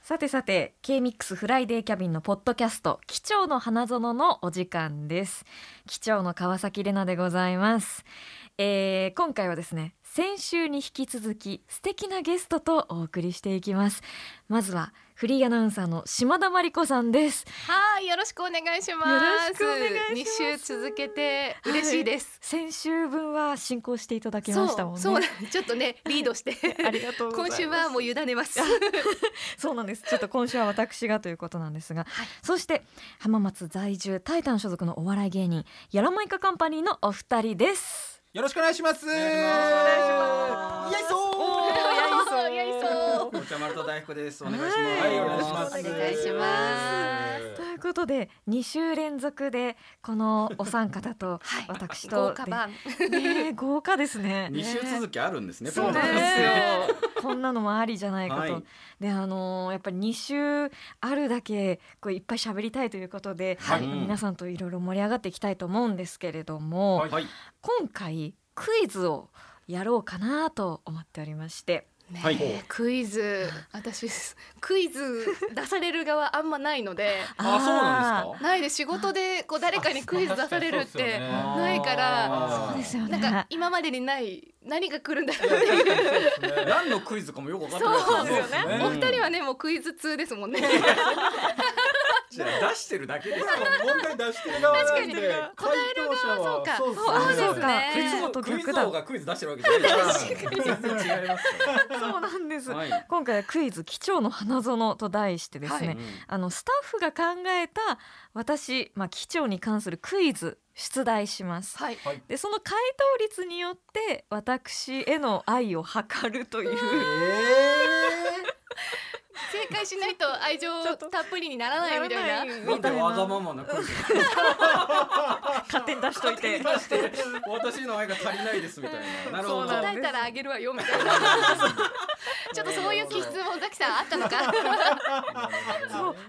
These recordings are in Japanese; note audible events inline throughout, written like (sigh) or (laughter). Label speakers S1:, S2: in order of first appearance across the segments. S1: さてさて K-MIX フライデーキャビンのポッドキャスト「機長の花園」のお時間です機長の川崎れなでございます、えー今回はですね先週に引き続き素敵なゲストとお送りしていきますまずはフリーアナウンサーの島田真理子さんです
S2: はい、よろしくお願いします。
S1: よろしくお願いします
S2: 二週続けて嬉しいです。
S1: 先週分は進行していただきましたもんね
S2: そう、そう、ちょっと (laughs) ね、リードして。
S1: ありがとうござい
S2: 今
S1: ます
S2: 週はもう委ね (laughs) ます。
S1: そうなんですちょっと今週は私がということなんですが、そして浜松在住タイタン所属のお笑い芸人ヤラマイカカンパニーのお二人です
S3: よろしくお願いします。よろしくお
S1: 願いします
S3: イエイソ
S2: おーやいそう
S3: ー。お茶丸と大福です。お願いします。
S1: はい
S3: お願いしま
S2: お
S3: す。
S2: 願いし (laughs) ます。
S1: ということで2週連続でこのお三方と
S2: (laughs) はい
S1: 私と
S2: 豪華
S1: で
S2: 版。
S1: ねえ豪華ですね
S3: (laughs) 二週続きあるんですね。
S1: そうなん
S3: この
S1: です
S3: 番
S1: よ (laughs) こんなのもありじゃないかと、
S3: はい
S1: であのーやっぱり2週あるだけこういっぱい喋りたいということで、
S3: はい
S1: 皆さんといろいろ盛り上がっていきたいと思うんですけれども、
S3: 組はい。
S1: 今回クイズをやろうかなと思っておりまして
S2: ね
S3: はい
S2: えクイズ、私クイズ出される側あんまないので。
S3: あそうなんですか。
S2: ないで仕事でこう誰かにクイズ出されるってないから。
S1: そうですよ
S2: な
S1: ね
S2: んか今までにない何が来るんだろうっていう
S3: 何のクイズかもよく分かってない
S2: (laughs) そうですよね。お
S3: うん
S2: 二人はねもうクイズ通ですもん (laughs) ね。
S3: じゃあ出してるだけ (laughs) ですよ。
S4: 問題出してる側なんで
S2: 確かに答える側はそうか
S4: 回答者
S1: そう
S4: は
S1: で
S4: そう
S1: す
S4: そ
S1: ね
S4: うそう
S1: かいつもと
S3: クイズ
S1: 逆だ
S3: 王がクイズ出してるわけじゃないから。全然違います
S1: そうなんです、
S3: よ。はい。
S1: 今回はクイズ「貴重の花園」と題してですね、
S2: は
S1: あのスタッフが考えた私、まあ、機長に関するクイズ出題します。
S2: はい。
S1: でその回答率によって私への愛を測るという
S2: 正解しないと愛情たっぷりにならないみたいな。
S3: うんなんでわがままなクイズ。
S1: 勝手に出しといて
S3: 出して私の愛が足りないですみたいな。なるほ
S1: そうなん
S3: ど
S1: で。
S2: 答えたらあげるわよみたいな。ちょっとそういう気質もザキさんあったのか。
S1: そう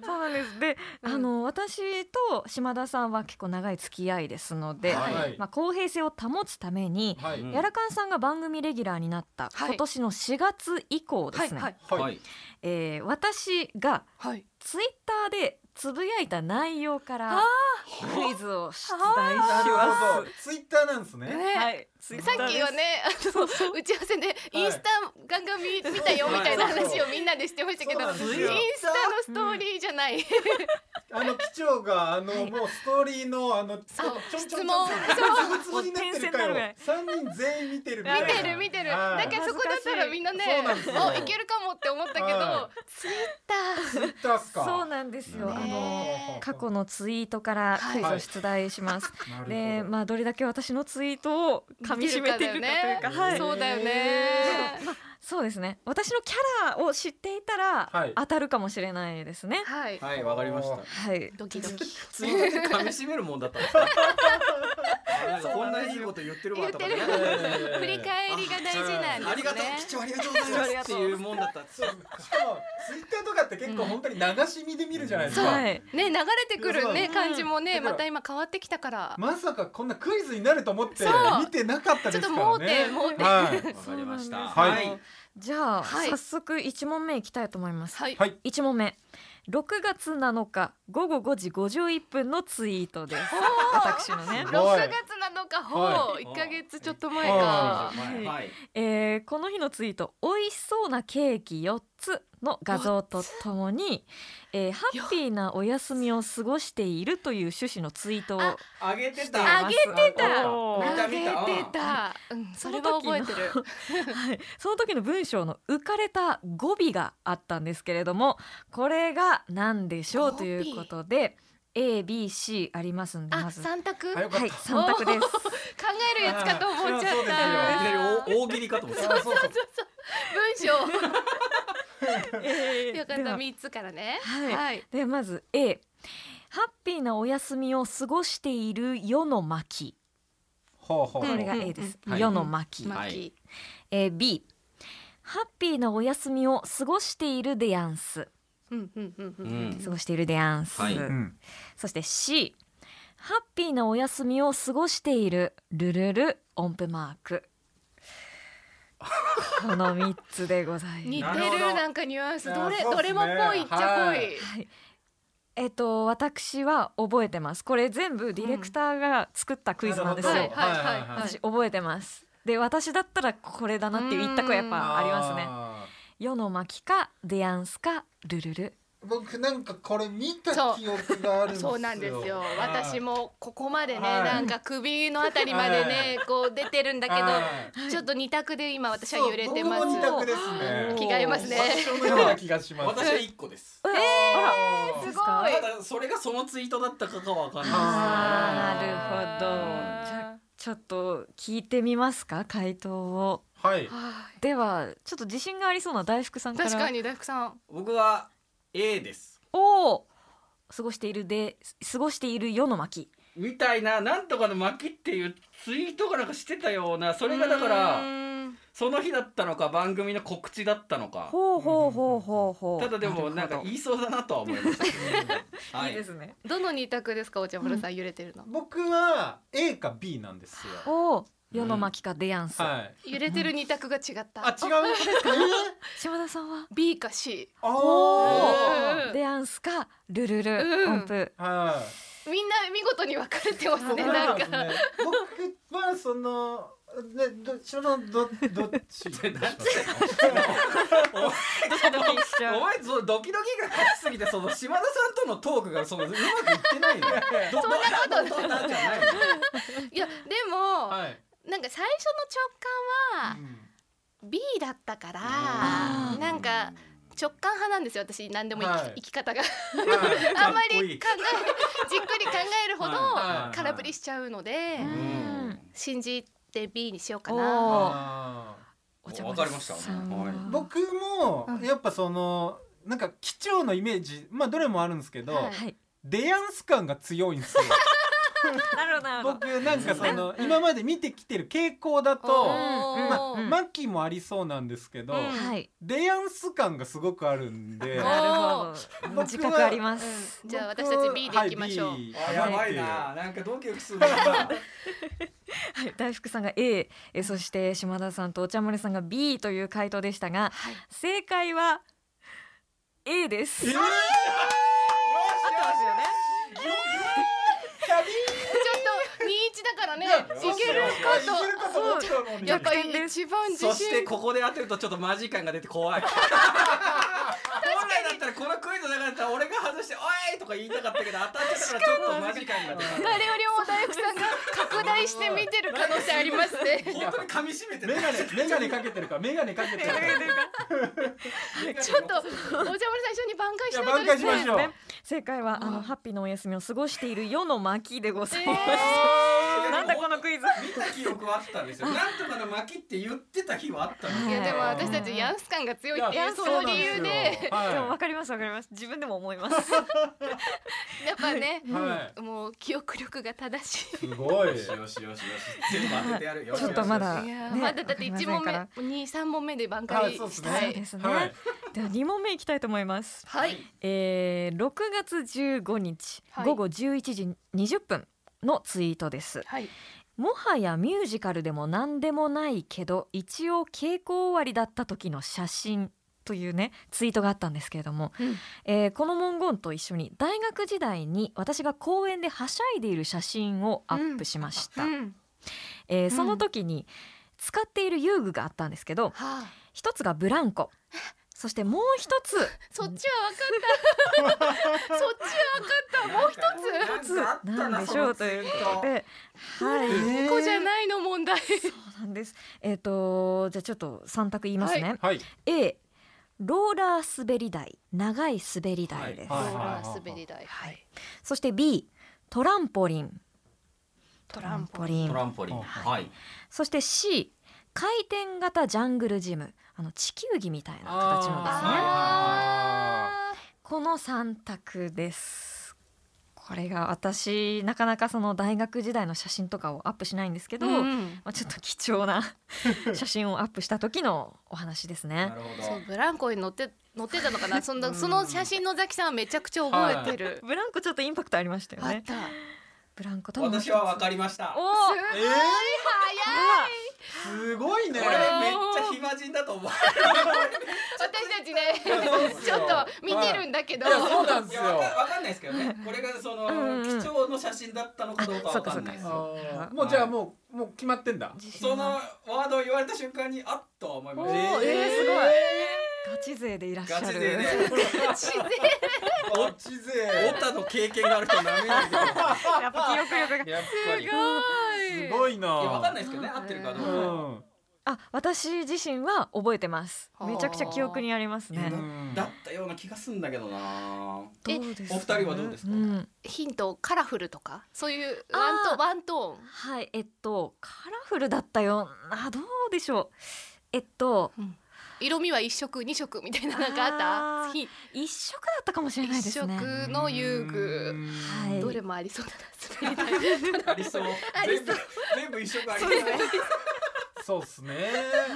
S1: そうなんですで、
S2: うん
S1: あの私と島田さんは結構長い付き合いですので、
S4: はい
S1: まあ、公平性を保つために、
S4: はい
S3: うん
S1: やらかんさんが番組レギュラーになった
S2: はい
S1: 今年の4月以降ですね、
S2: はい
S4: は
S3: はいい。
S1: えー私が
S2: はい。
S1: ツイッターでつぶやいた内容から
S2: あ
S1: クイズを出題し
S4: なる
S1: ます。
S4: ほどツイッターなんですね
S2: ね
S1: はい、さ
S2: さっきはね、あの (laughs) 打ち合わせでインスタガンガン見見たよみたいな話をみんなでしてましたけど、
S4: そう
S2: イ
S4: な
S2: ン
S4: ん
S2: ス
S4: です
S2: タ
S4: よ
S2: のストーリーじゃない。
S4: あの機長があのもうストーリーのあのち
S2: そう
S4: ょんちょんち
S2: 質
S4: ょんちょん
S2: 問
S4: つぶつぶになって
S1: もう点
S4: る
S1: 線になる
S4: か
S1: ぐ
S4: よ
S1: らい
S4: 三人全員見てるみたいな
S2: 見てる見てる。
S4: は
S2: だ
S4: い
S2: からそこだったらみんなね
S4: そうなんです、よ
S2: おいけるかもって思ったけど
S4: は、
S2: ツイッタ
S4: ツイッターっすか
S1: そうなんですよ。
S3: ね
S1: あの
S2: ー。
S1: 過去のツイートからクイズを出題します。
S4: な
S1: で、
S4: るほど
S1: まあどれだけ私のツイートを噛み締めているかというか、
S4: 見てるかだよね
S1: はい、
S4: ん
S2: そうだよね。
S1: そうですね。私のキャラを知っていたら、
S4: はい
S1: 当たるかもしれないですね。
S2: はい。
S3: はいわかりました。
S1: はい。
S2: ドキドキ。
S3: ついに噛み締めるもんだったんですねなんかこんないいこと言ってる
S2: 言
S3: わ
S2: っ
S3: とか
S2: てる
S3: ね。
S2: 振り返りが大事なんですね。
S3: ありがとう貴重ありがとうございますっていうもんだったんです
S4: そうしかもツイッターとかって結構本当に流し見で見るじゃないです
S2: そう
S4: か
S1: はい。
S2: ね流れてくるね
S1: うん
S2: 感じもね
S4: だから
S2: また今変わってきたから。
S4: まさかこんなクイズになると思って
S2: そう
S4: 見てなかった
S2: ちょ
S4: ですからね
S2: っと盲点盲点
S4: はい
S3: わかりました。
S4: そうなん
S3: は
S4: です
S3: い。
S4: よ
S1: じゃあ、
S2: はい
S1: 早速一問目いきたいと思います。
S2: はい。
S4: はい
S1: 一問目。6月7日午後5時51分のツイートです。私のね。
S4: す
S2: 六
S4: ごい
S2: 月なのかほ
S4: は
S2: う
S3: い
S2: 一ヶ月ちょっと前か
S3: は
S4: は。
S3: いはい。
S1: えーこの日のツイート「美味しそうなケーキ4つ」の画像とともに、えーハッピーなお休みを過ごしているという趣旨のツイートを
S2: あ
S3: あげてた。
S2: あげてた。
S1: お
S3: ー
S2: あげ
S3: 見た
S2: てた。うんそれは覚えてる。
S1: はい、その時の文章の浮かれた語尾があったんですけれどもこれが何でしょう
S2: 語尾
S1: ということで ABC ありますんで
S2: あ
S1: まず
S2: 三択。
S4: は
S2: 考
S4: いよかった
S1: はい3択です。
S2: えるやつかと思っちゃっ
S3: い
S4: あ
S3: きなり
S2: た。
S3: 大大喜利かと思った。
S4: そうそうそう
S2: 文章。
S1: えー
S2: よか
S1: (laughs)
S2: っ
S1: で
S2: た
S1: は
S2: 三つからね。
S1: はい
S2: はい。
S1: でまず A ハッピーなお休みを過ごしている世の巻
S4: ほうほう
S1: こ
S4: ほう
S1: れが A です、
S3: うんうん
S1: 世の巻、
S3: はい
S2: 巻。
S1: えー B ハッピーなお休みを過ごしているでやんす
S2: うんうんうんう。
S3: うんん。
S1: 過ごしているでやんす、
S3: はい
S4: うん
S1: そして C ハッピーなお休みを過ごしているるるる音符マークこの三つでござい
S2: 似
S1: ま
S2: て
S3: なるほ
S2: る
S3: ど
S2: なんかニュアンスど
S4: あ
S2: れ
S4: そうっすね
S2: どれもぽいっちゃぽい
S1: す。はい。えっと私は覚えてます。これ全部ディレクターが作ったクイズなんですよ。
S2: なる
S4: はい
S2: ほど
S4: はい
S2: はい
S4: はい
S2: は
S4: はい
S1: 私覚えてます。で私だったらこれだなっていう一択はやっぱありますね。
S4: ね
S1: 世の巻かデアンスかルルル。
S4: 僕なんかこれ見た
S2: そう
S4: 記憶があるんですよ
S2: そうなんですよ。私もここまでね、
S4: はい
S2: なんか首のあたりまでね、こう出てるんだけ
S4: はい
S2: ど、ちょっと二択で今私は揺れてます
S4: そう。僕も二択ですね
S2: 着替えますね
S4: 一緒のような気がします
S3: 私は一個です。
S4: え
S2: すごい。
S3: ただそれがそのツイートだったかがわかん
S1: あ
S3: な
S1: ー
S3: い
S1: なる
S3: です。
S1: ほどじゃちょっと聞いてみますか回答を。
S4: はい
S2: はい
S1: ではちょっと自信がありそうな大福さんから。
S2: 確かに大福さん。
S3: 僕は A です。
S1: おお過ごしているで過ごしている世の巻。
S3: みたいななんとかの巻っていうツイートがなんかしてたようなそれがだから
S2: うーん
S3: その日だったのか番組の告知だったのか
S1: ほうほうほうほうほう。
S3: ただでもなん
S1: る
S3: か
S1: ほど
S3: 言いそうだなとは思い
S1: (laughs)
S3: ましたけどはい
S1: いですね。
S2: どの二択ですか、お茶ほらさん揺れてるの。
S4: 僕は A か B なんですよ
S1: おお世の巻かデヤンス。
S4: はい
S2: 揺れてる二択が違った。
S4: あ違うえ
S1: 島田さんは
S2: B か C。
S4: ー
S1: お
S4: お
S2: うん
S1: デヤンスかルルル
S2: うん
S1: 音符。
S4: ーはい
S2: みんな見事に分かれてます
S4: 僕
S2: ね。
S1: わ
S2: なんか。
S4: 僕はそのねどちらのどどっちでしょう
S1: ドキドキしち
S3: お前そのドキドキが勝ちすぎてその島田さんとのトークがそのうまくいってないのよそんなことないじゃない
S2: いや、でも、
S4: はい、
S2: なんか最初の直感は B だったから、
S1: あー
S2: なんか直感派なんですよ私何でも生き,、
S4: はい
S2: 生き方が
S4: はい
S2: あんま
S3: かっこ
S2: り考
S3: い
S2: え
S3: い
S2: じっくり考えるほ
S4: はい
S2: ど
S4: はい
S2: 空振りしちゃうので、
S1: う
S3: うんん
S2: 信じて B にしようか
S1: お
S2: な。
S4: あ
S1: お茶
S3: わかりました
S1: さん
S3: はい
S1: は
S4: ー僕も
S2: うん
S4: やっぱそのなんか機長のイメージまあどれもあるんですけど、
S2: はい
S1: はい。
S4: デヤンス感が強いんです
S2: (laughs)
S4: よ
S1: なるほどなるほど。
S4: 僕なんかその今まで見てきてる傾向だ
S2: お
S4: と、
S2: ー
S1: ま
S4: まあ、マッキーもありそうなんですけど、
S2: うん
S1: はい。
S4: デヤンス感がすごくあるんで
S2: おー
S1: なるほど。自覚あります。
S2: うんじゃあ私たち B でいきましょう。
S4: はい B
S3: あやばいななんかドキドキする
S1: (laughs)
S3: な
S1: はい、大福さんが A えそして島田さんとお茶丸さんが B という回答でしたが
S2: はい
S1: 正解は A です。
S4: えー
S1: 合ってますよね。 (laughs)
S2: ちょっと21だからね
S4: や
S2: いける
S4: いけるかと思ったのに
S2: やっぱり
S1: 逆転で
S2: 一番自
S3: そして
S2: 信
S3: ここで当てるとちょっとマジ感が出て怖い本来だったらこのクイズの中だったら俺が外して「おい!」とか言いたかったけど当たっちゃったからちょっとマジ感が出
S2: 誰よりも大福さんが拡大して見てる可能性ありますね。
S3: た本当に噛み締めて
S4: メガネメガネかけてるからメガネかけてるから。
S2: ちょっとお茶丸さん一緒に挽回しない
S4: いや
S2: と
S4: 挽
S2: で
S4: 回
S2: す
S4: し
S2: ね
S4: ましょう
S1: ね正解はあのハッピーのお休みを過ごしている世の巻でございます。なんだこのクイズ。
S3: 見た記憶はあったんですよ。なんとかの巻って言ってた日はあったん
S2: い
S3: です
S2: や
S3: よ。
S2: でも私たちヤンス感が強いって
S4: い
S2: いう
S4: や
S2: その理由で
S1: でも
S4: は
S1: わかりますわかります。自分でも思います。
S2: やっぱね
S4: い。は
S2: もう記憶力が正しい。
S4: い。すごい。
S3: よしよしよしよし。全部当ててやるよ。
S1: ちょっとまだ
S2: いやー
S1: ね
S2: まだだって一問目
S1: わか
S2: 二三問目で挽回
S4: あそうっ
S2: し
S4: す
S1: そう
S4: ね
S2: たい
S1: で。すね。
S4: はい。
S1: では二問目いきたいと思います。
S2: はい。
S1: えー、6月15日、
S2: はい
S1: 午後11時20分のツイートです。
S2: はい。
S1: もはやミュージカルでも何でもないけど一応稽古終わりだった時の写真というねツイートがあったんですけれども、
S2: うん
S1: えーこの文言と一緒に大学時代に私が公園ではしゃいでいる写真をアップしました、
S2: うん。
S1: えー
S2: ん
S1: その時に使っている遊具があったんですけど
S2: はあ。
S1: 一つがブランコそしてもう一つ
S2: そっちは分かった。そっちは分かった。もう一
S3: 一つあった
S1: なん
S3: な
S1: でしょうと
S3: いう
S1: で、はい、
S2: つ個じゃないの問題。
S1: そうなんです。えっ、とじゃあちょっと三択言いますね。
S4: はい。
S1: A ローラー滑り台長い滑り台です、
S4: は
S2: ロ
S4: いはい
S2: ーラー滑り台。はい。
S1: そして B トランポリン
S2: トランポリ
S1: リ
S2: ン。
S3: トランポリン。はい。
S1: そして C 回転型ジャングルジムあの地球儀みたいな形のです
S4: あ
S1: ね
S4: ー
S2: あ
S1: この三択ですこれが私なかなかその大学時代の写真とかをアップしないんですけ
S2: ー
S1: ど、まあ、ちょっと貴重
S3: (laughs)
S1: な写真をアップした時のお話ですね
S3: なるほど。
S2: そうブランコに乗って乗ってたのかな。そんなその写真のザキさんはめちゃくちゃ覚えてる。
S1: ブランコちょっとインパクトありましたよ
S2: あっ
S1: ね
S2: た。
S1: ブランコともう一つ
S3: 私はわかりました。
S1: おー
S2: すごい
S4: えー
S2: 早い。
S1: 早
S4: すごいね
S3: 俺めっちゃ暇人だと思われる
S2: 私たちねちょっと見てるんだけど、
S4: はいいやそうなんですよ
S3: いやわかわかんないですけどねこれがその
S1: うんうん
S3: 貴重の写真だったのかどうかわかんない
S1: あ
S3: で
S1: そ
S3: す
S1: うか
S4: あーもうじゃあもうもう決まってんだ
S1: 自信
S3: そ
S1: が
S3: のワードを言われた瞬間にあっとは思いまし
S1: おー
S3: た
S1: えーすごい
S4: え
S1: ガチ勢でいらっしゃ
S3: ガ
S1: る
S3: チ
S1: (laughs)
S3: 勢で
S2: 自然
S4: ーガチ勢
S3: オタの経験がある人なめないでくださ
S1: やっぱ記憶力が
S4: やっぱり
S2: す
S4: すごい
S3: いいやわかん
S4: な
S3: ないですけどね合ってるかどう
S4: う
S3: か
S4: ん
S1: あ私自身は覚えてますめちゃくちゃ記憶にありますね
S4: うん
S3: だったような気がすんだけどな
S1: どうですか
S3: お二人はどうですか
S1: ん
S2: ヒントカラフルとかそういう
S1: あー
S2: ワントワント
S1: はいえっとカラフルだったよあどうでしょうえっと
S2: ーン、色味は一色二色みたいななんかあっ
S1: あー
S2: たひ
S1: 一色だったかもしれないで
S2: 一
S1: す
S2: 色
S1: ね
S2: の遊具
S1: はい
S2: どれもありそうだなみたい
S1: (laughs)
S2: な
S3: ありそう
S2: ありそう
S3: 全部全部一緒がありそ
S1: そううですね
S4: そうっすね
S2: 悩まし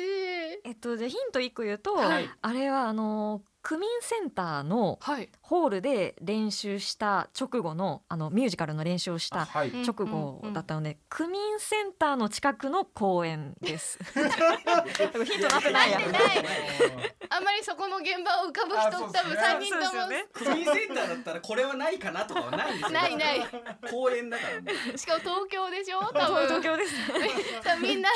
S2: い
S1: えっとじゃあヒント一個言うと、
S4: はい
S1: あれはあの区民センターの
S2: はい
S1: ホールで練習した直後のあのミュージカルの練習をした
S4: はい
S2: うん
S1: 直後だったので、区民センターの近くの公園
S2: (laughs)
S1: です。ヒントなってないや
S2: なってないあんまりそこの現場を浮かぶ
S4: あそ
S2: 人
S4: うっすね
S2: 多分三人と
S1: そう
S2: も
S1: ですよね
S3: クリーンセンターだったらこれはないかなとかはないんですよ
S2: ないない
S3: 公園だからね
S2: しかも東京でしょ多分
S1: (laughs) 東京です。
S2: 多分みんな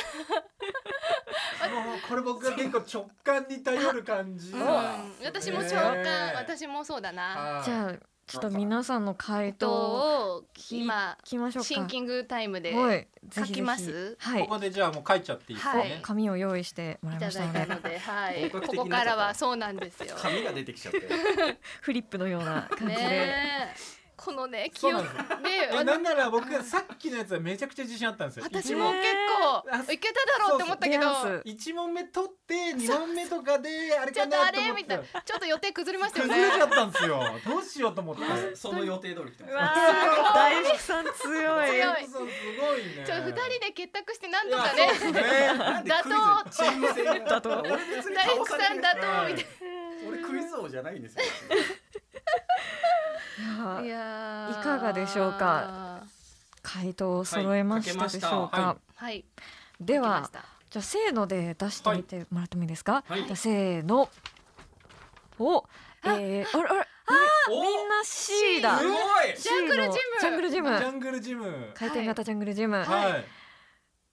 S4: もうこれ僕が結構直感に頼る感じ
S2: うん
S3: わ
S2: 私も召
S4: ね
S2: 喚
S4: え
S2: 私もそうだな
S1: じ
S4: あ
S1: ゃあちょっと皆さんの回
S2: と
S1: 答を
S2: を今
S1: 聞きましょうか。
S2: シンキングタイムで
S1: はいいぜひぜひ
S2: 書きます
S1: はい。
S4: ここでじゃあもう書いちゃっていいですか
S2: はい
S4: ね
S1: 紙を用意してもらいま
S2: た
S1: した
S2: だ
S1: の
S2: いた
S1: で、
S2: ので、はい、こ
S3: 本格的
S2: こ
S3: になっ
S2: か
S3: ちゃった
S2: らはそうなんですよ。
S3: 紙が出てきちゃって
S1: フリップのような感じで、
S2: ねえ、このね、記
S4: そうな
S2: 憶
S4: ん
S2: で
S4: ですよ、えなんなら僕さっきのやつはめちゃくちゃ自信あったんですよ
S2: 私
S4: 一
S2: も
S4: 問
S2: 結
S4: ね
S2: 構いけただろうって思ったけど、
S1: ダン
S2: ちょ
S1: ス。
S2: っ
S4: 一問目取って二問目とかであれ
S2: と
S4: か
S2: あ
S4: なと
S2: れ
S4: 思っ
S2: み
S4: て
S2: たいな、ちょっと予定崩れましたよ
S4: 崩れちゃ
S2: ね。
S4: ったんですよどうしようと思って
S3: その予定通り来てます
S1: わあ、大福さん強い。
S2: 強い
S4: そうそうすごいね
S2: ちょ二人で結託してなん
S4: い
S2: とか
S4: や
S2: ね、
S4: そうですね
S3: なんでクイズチーム戦
S1: 妥当
S3: 俺別に
S2: 大
S3: 倒
S2: 福
S3: さ
S2: さ
S3: れ
S2: ん
S3: る
S2: だとみたい
S3: 俺クイズ王じゃないんですよ
S2: な。
S1: いや
S2: やー
S1: いかがでしょうか。回答を揃えましたでしょうか。
S4: はい書けましたは
S2: はい。
S1: で
S2: 書きま
S1: は
S2: し、た
S1: じゃあせーので出してみてもらってもいいですか。
S3: はい
S1: じゃあせーの。お、えー、あれあれ
S3: お
S1: みんな C だ。
S3: すごい
S1: C の
S2: ジャングルジム
S1: ジャングルジ
S4: ジ
S1: ム。
S4: ャングルジム
S1: 回転型ジャングルジム。
S4: はい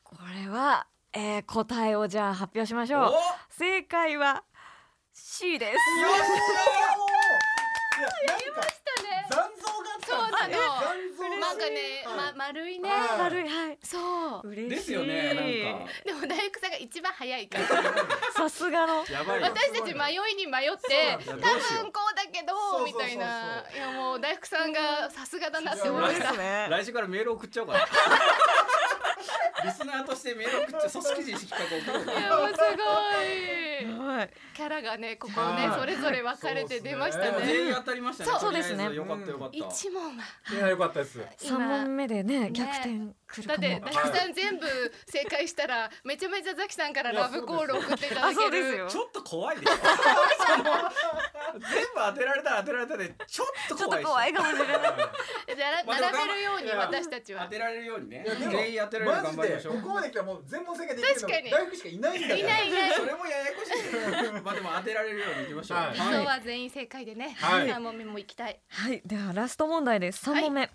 S1: これは、えー、答えをじゃあ発表しまし
S3: お
S1: ょう
S3: よ。
S1: 正解は C です。
S3: っしゃ
S4: やりまし
S2: ね
S4: 残像があったんですよ
S2: そう
S4: 残像
S2: なんかね、ま丸いね。
S4: はい
S1: 悪いはい。
S2: そう。
S1: 嬉しい。
S3: ですよねなんか
S2: でも大福さんが一番早いから。
S1: さすがの。
S3: やばいよ
S2: 私たち迷いに迷っ
S3: そ
S2: て
S3: う
S2: 多
S3: なん
S2: 分
S3: だよどうしよう
S2: こうだけど
S4: そうそうそうそう
S2: みたいないやもう大福さんがさすがだなって思い
S1: ご
S2: ま
S1: い
S2: し
S1: で
S2: た
S1: すね。
S3: 来週からメール送っちゃおうかなリスナーとしてメール送っちゃう組織人失格送ろうか
S2: い
S3: な
S2: やもうす
S1: や
S2: ごい
S1: ばい
S2: キャラがねここね
S4: はい
S2: それぞれ分かれて出まし
S4: い
S2: た
S3: で
S4: や
S3: も
S2: ね
S3: 全員当たりましたね
S2: そう
S1: そうですね
S3: とりあえずよかったよかった
S2: 一問が
S4: (laughs) いやよかったです
S1: 三問目でね逆転くるか
S2: だっ
S1: も。
S2: て大福さん全部正解したらめちゃめちゃザキさんからラブコール送っていただ
S1: あそう
S2: け
S1: です
S2: る
S1: よ。
S3: ちょっと怖いでしょその全部当てられたら当てられたでちょっと
S1: ちょっ
S3: 怖い
S1: と
S3: で
S1: 怖い
S3: しょ
S1: かもしれない。
S2: じゃら
S3: まあでも
S2: 並べるように
S4: いや
S2: 私たちは
S3: 当てられるようにね
S4: いやでも
S3: 全員当てられるように頑張りましょう
S4: マジでここまで来たらもう全問正解でき
S2: 確か
S4: る
S2: に
S4: の大福しかいないんだから
S2: いないいない
S3: それもややこしいね (laughs) まあでも当てられるようにいきましょう
S4: はい
S2: 理
S4: い
S2: 想は全員正解でね
S4: はい
S2: 3問目も行きたい
S1: はいではラスト問題です三問目。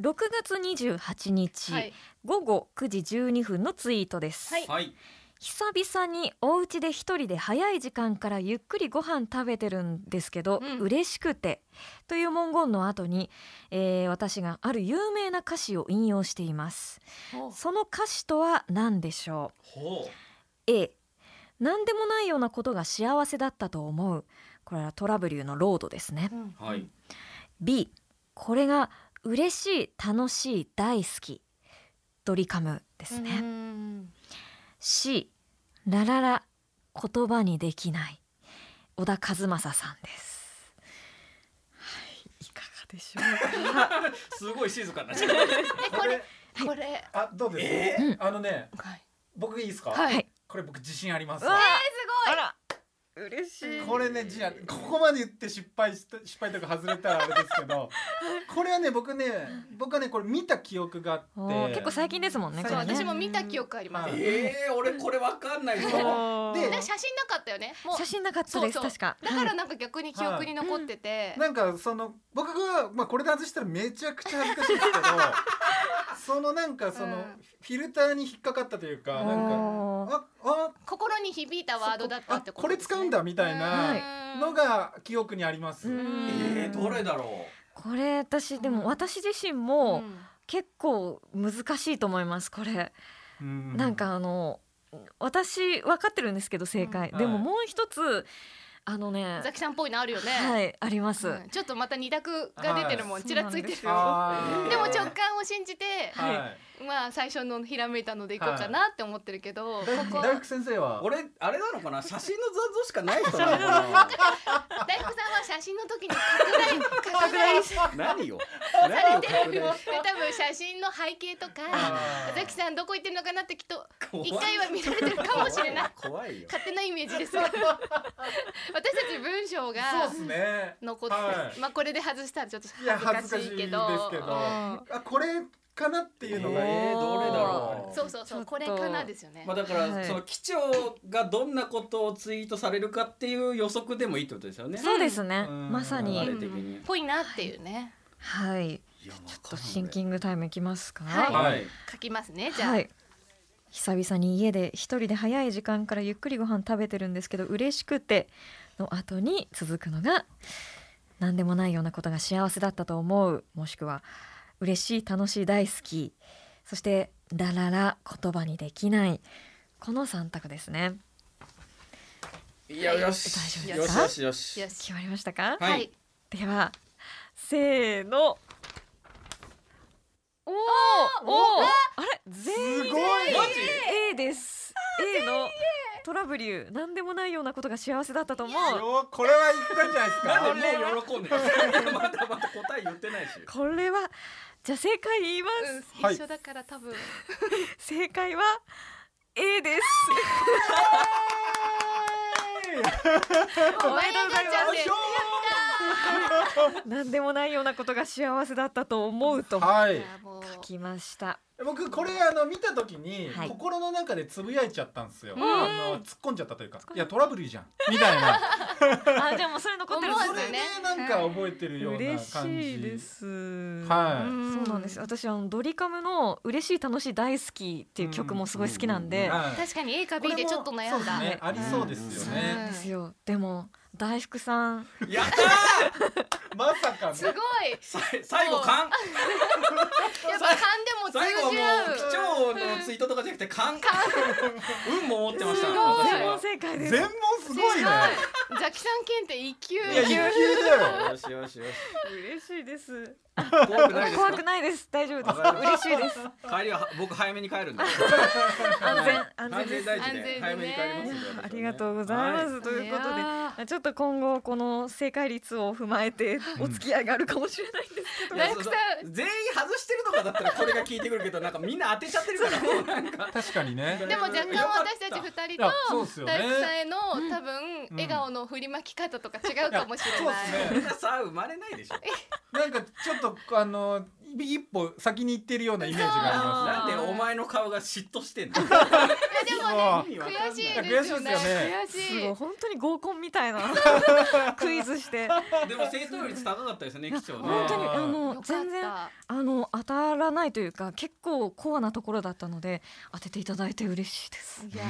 S1: 6月28日、
S2: はい
S1: 午後9時12分のツイートです、
S2: はい
S3: はい
S1: 久々にお家で一人で早い時間からゆっくりご飯食べてるんですけど、
S2: うん
S1: 嬉しくてという文言の後に、えー私がある有名な歌詞を引用していますその歌詞とは何でしょう
S3: ほ
S1: A 何でもないようなことが幸せだったと思うこれはトラブリューのロードですね
S2: うん
S3: うはい
S1: B これが嬉しい楽しい大好きドリカムですね、
S2: うん
S1: C ラララ言葉にできない小田和正さんですはいいかがでしょうか
S3: すごい静かになっちゃった
S2: えこれこれ
S4: あどうです
S1: え
S4: あのね
S2: はい
S4: 僕いいですか
S2: はい
S1: はい
S4: これ僕自信あります
S1: うわ
S2: えーすごい
S1: ら嬉しい。
S4: これねじゃあここまで言って失敗した失敗とか外れたらあれですけ
S2: (laughs)
S4: どこれはね僕ね僕はねこれ見た記憶があって
S1: おー結構最近ですもんね。
S4: そ
S1: こ
S2: そ
S4: う
S2: う
S1: れね
S2: 私も見た記憶あります。
S4: はい
S3: ええ俺これわかんないぞ。
S1: おー
S4: で
S2: なんか写真なかったよね。もう
S1: 写真なかったです
S2: そうそう
S1: 確か。
S2: だからなんか逆に記憶に残ってて。
S4: なんかその僕が、まあ、これで外したらめちゃくちゃ恥ずかしいですけ
S2: (laughs)
S4: どそのなんかその、
S2: うん
S4: フィルターに引っかかったというか
S1: はい
S4: なんか
S1: おー
S4: ああ
S2: 心に響いたワードだったってこと、
S4: あこれ使うんだみたいなのが記憶にあります。
S1: うん
S3: ええどれだろ
S1: これ私でも私自身も結構難しいと思いますこれ。
S4: うん
S1: なんかあの私分かってるんですけど正解、
S4: うん
S1: でも
S4: はい
S1: もう一つあのね
S2: ザキさんっぽいのあるよね。
S1: はいあります、
S2: うんちょっとまた二択が出てるも
S1: は
S2: ん、
S1: い
S2: ちらついてるよ。
S4: あー
S2: でも直感を信じて、
S1: はい
S2: まあ最初のひらめいたのでいこうかなって思ってるけど、こ
S4: 大
S2: こ
S4: 福大福先生
S3: う。
S4: は
S3: 俺あれなのかな写真の残像しかない人なのか
S2: 大福さんは写真の時に拡大拡大さ
S3: な。何よ。
S2: れてる
S3: 何
S2: で
S3: よ。
S2: 多分写真の背景とか
S4: あー
S2: ザキさんどこ行ってるのかなってきっと
S3: 怖い
S2: 一回は見られてるかもしれない。
S3: 怖いよ。
S2: 勝手なイメージですが (laughs) 私たち文章が
S4: そうですね
S2: 残って、
S4: はい
S2: まあこれで外したらちょっと
S4: いや
S2: 恥ずかしいけど
S4: 恥ずかしいですけど
S2: うん
S4: あこれかなっていうのが、
S3: えーどれだろ
S2: そうそうそうこれかなですよね
S3: まあだから、
S1: はい
S3: その機長がどんなことをツイートされるかっていう予測でもいいってことですよね。
S1: そうですね、
S4: うん
S1: まさ
S3: 流れ
S1: に
S3: 的に。
S2: ぽいなっていうね
S1: はい
S3: いや
S1: ちょっとシンキ
S3: ン
S1: ングタイムいきますか
S2: はい
S3: は
S4: はい
S3: い。
S2: 書きますねじゃあ、
S1: はい久々に家で一人で早い時間からゆっくりご飯食べてるんですけど嬉しくての後に続くのが何でもないようなことが幸せだったと思うもしくは嬉しい楽しい大好きそしてラララ言葉にできないこの3択ですね
S3: いやよ
S1: 大丈夫
S3: し。
S2: で
S3: よ
S2: す
S3: し
S2: か
S3: よしよし。
S2: よし
S1: 決まりましたか、
S3: はい
S2: はい
S1: ではせーのおーおおーあれ全員
S4: すごい
S1: A です A のトラブリュー何でもないようなことが幸せだったと思う
S4: よこれは言ったんじゃないですか
S3: なんでもう喜んでる。まだまだ答え言ってないし。
S1: これはじゃあ正解言いま
S2: うん
S1: す、
S4: はい
S2: 一緒だから多分
S1: 正解は A です
S2: お前がガチャンで
S4: よ
S1: 何でもないようなことが幸せだったと思うと
S4: ーはいい
S2: やもう
S1: 書きました
S4: 僕これあの見た時に
S1: はい
S4: 心の中でつぶやいちゃったんですよ、
S2: うん
S4: あの突っ込んじゃったというかいやトラブルいいじゃんみたいな
S1: あじゃあもうそれ残ってる
S2: 思わ
S4: そ
S2: ず
S4: れ
S2: ね
S4: でなんか覚えてるような
S1: 嬉
S4: 感じ
S1: しいです
S4: は
S2: う
S4: い、
S2: ん
S1: そうなんです私あのドリカムの「嬉しい楽しい大好き」っていう曲もすごい好きなんで、
S3: うん
S4: はい
S2: 確かに A か B でちょっと悩んだ、
S4: これもそうですねありそうですよ
S1: そうな
S4: ね、
S1: んですよでも大福さん
S3: (laughs) やったー。
S4: まさかの
S2: すごい
S3: さい最後勘
S2: やっぱ勘でも
S3: 最後
S2: 通
S3: はも
S2: じ合う
S3: う機長のツイートとかじゃなくて勘運も持ってました
S2: すごい
S3: 私
S1: 全
S3: は
S1: 問正解です
S4: 全問すごいね
S2: ザキさん検定一級
S4: いや一級だよ
S3: よしよしよし
S1: 嬉しいです
S3: 怖くないです
S1: 怖
S3: か
S1: くないです大丈夫
S3: わかりま
S1: です嬉しいです
S3: 帰りは僕早めに帰るんで
S1: 安全安全
S3: 安
S1: で
S3: 全
S1: す
S3: 第一で早めに帰りますんで
S1: ありがとうございます、
S3: は
S1: ということで
S2: や
S1: ちょっと今後この正解率を踏まえて
S4: うん
S1: お付き合いがあるかもしれないんです
S2: ー大福さん
S3: 全員外してるとかだったらこれが効いてくるけどなんかみんな当てちゃってるからもうなんか
S4: 確かにね
S2: でも若干私たち二人と
S4: そうですよね
S2: 大福さんへの
S1: ん
S2: 多分
S4: うん
S2: 笑顔の振りまき方とか違うかもしれ
S4: そう
S2: ない
S4: です
S3: これ
S4: ね
S3: がさ生まれないでしょ
S4: なんかちょっとあの一歩先に行ってるようなイメージがありますね
S3: なんでお前の顔が嫉妬してんの
S2: いやでも
S3: 意味わかんない
S2: 悔しいですよね
S4: いや悔しい
S2: 悔し
S1: すごい本当に合コンみたいなクイズして
S3: でも正答率高かったですね機長ね
S1: 本当にあ
S2: よ
S1: の
S2: かった
S1: 全然あの当たらないというか結構コアなところだったので当てていただいて嬉しい (laughs) です。
S2: いや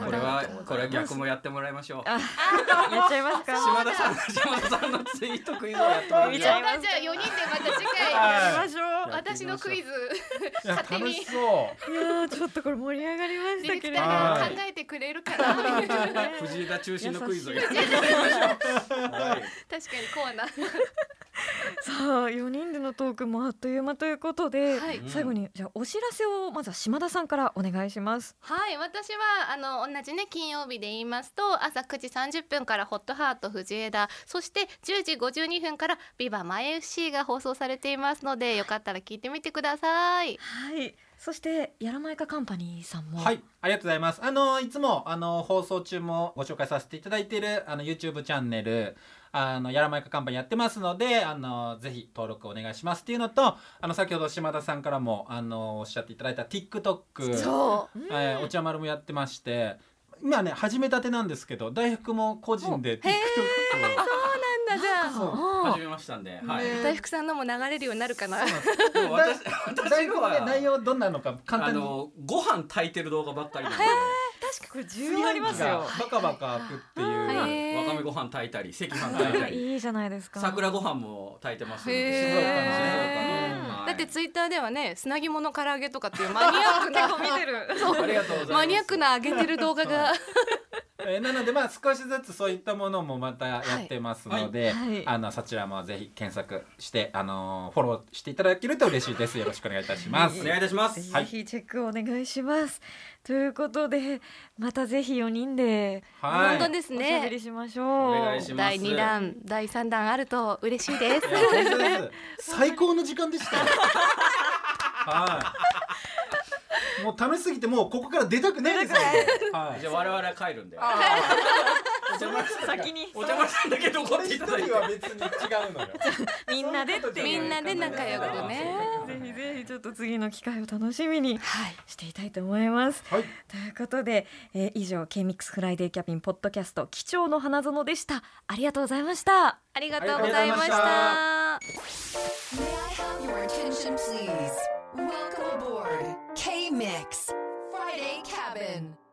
S2: ー
S3: これはこれは逆もやってもらいましょう
S1: あ、やっちゃいますか。
S3: 島田さん島田さんのツイートクイズをやってもらいま
S1: 見
S3: し
S1: ち
S2: じ
S3: ょう
S1: ゃ
S2: ゃ
S1: い
S2: あ
S1: ます
S2: じゃあ四人でまた次
S4: は
S2: 回
S4: い
S1: やりましょう。
S2: 私のクイズ
S4: いや
S2: 勝手
S4: 楽
S2: に
S4: しそ
S1: いやーちょっとこれ盛り上がりまし
S2: ディ
S1: た
S2: レ
S1: けれ
S2: クタ
S1: ど
S2: ー
S1: も。
S2: が考えてくれるかな確かに
S3: 藤枝中心のクイズをやって
S2: コアな
S1: さあ4人でのトークもあっという間ということで、
S2: はい
S1: 最後にじゃあお知らせをまずは島田さんからお願いします。
S2: はい私はあの同じね金曜日で言いますと朝9時30分から「ホットハート藤枝」そして10時52分から「ビバ前 FC」が放送されていますのでよかったら聞いてみてください。
S1: はい。そしてやらまいかカンパニーさんも、
S4: はい、ありがとうございます。あのいつもあの放送中もご紹介させていただいているあの YouTube チャンネルあのやらまいかカンパニーやってますのであのぜひ登録お願いしますっていうのとあの先ほど島田さんからもあのおっしゃっていただいた TikTok
S2: そう
S1: うん
S4: えーお茶丸もやってまして今ね始めたてなんですけど大福も個人で TikTok
S2: なんだじゃ
S1: そ
S2: あ
S1: う
S3: 始めましたんで、はい。
S4: ね
S2: 大福さんのも流れるようになるかな。
S3: でも私、
S4: を大
S3: 私
S4: 福もね内
S3: は。
S4: 容どんなのか簡
S3: あ
S4: 単に
S3: の、ご飯炊いてる動画ばっかりなんで。
S1: 確かにこれ重要ありますよ。
S4: バカバカ開くっていう、
S2: はい
S3: わかめご飯炊いたり、赤飯炊いたり、
S1: いいじゃないですか。
S3: 桜ご飯も炊いてますんで。静岡の
S2: へー
S3: 静岡のはい
S2: だってツイッターではね砂肝の唐揚げとかっていうマニアック
S1: 結
S2: な
S1: 構見てる。
S3: ありがとうございます。
S2: マニアックな上げてる動画が、
S4: えーなのでまあ少しずつそういったものもまたやってますので、
S1: はいはい
S4: あのそちらもぜひ検索してあのーフォローしていただけると嬉しいですよろしくお願いいたします
S3: お願いいたします。
S1: ぜひチェックお願いします。ということでまたぜひ4人で
S4: は
S2: 本当
S4: い
S2: です
S1: おしゃべ
S2: ね
S1: りしましょう。
S3: お願いします。
S2: 第2弾第3弾あると嬉しいです
S4: (laughs) いや本当です (laughs) 最高の時間でしたよはいもう楽しすぎてもうここから出たくないですよ、はい
S3: じゃあ我々は帰るんで。
S4: あ
S3: お邪魔したんだけ
S1: 先に
S3: お邪魔したんだけど
S4: ーこ
S3: 残っ
S4: れ
S3: て
S4: 一
S3: いただいて
S4: 人。は別に違うのよ
S1: みんなでっていう
S2: みんなで仲良くね
S1: ぜひぜひちょっと次の機会を楽しみにしていたいと思います。
S4: はい
S1: ということで、えー、以上 K-MIX フライデーキャビンポッドキャスト貴重の花園でした。ありがとうございました。
S2: ありがとうございま
S4: ありがとうございま
S2: し。
S4: した
S5: May I have your attention, please? Welcome aboard K Mix Friday Cabin.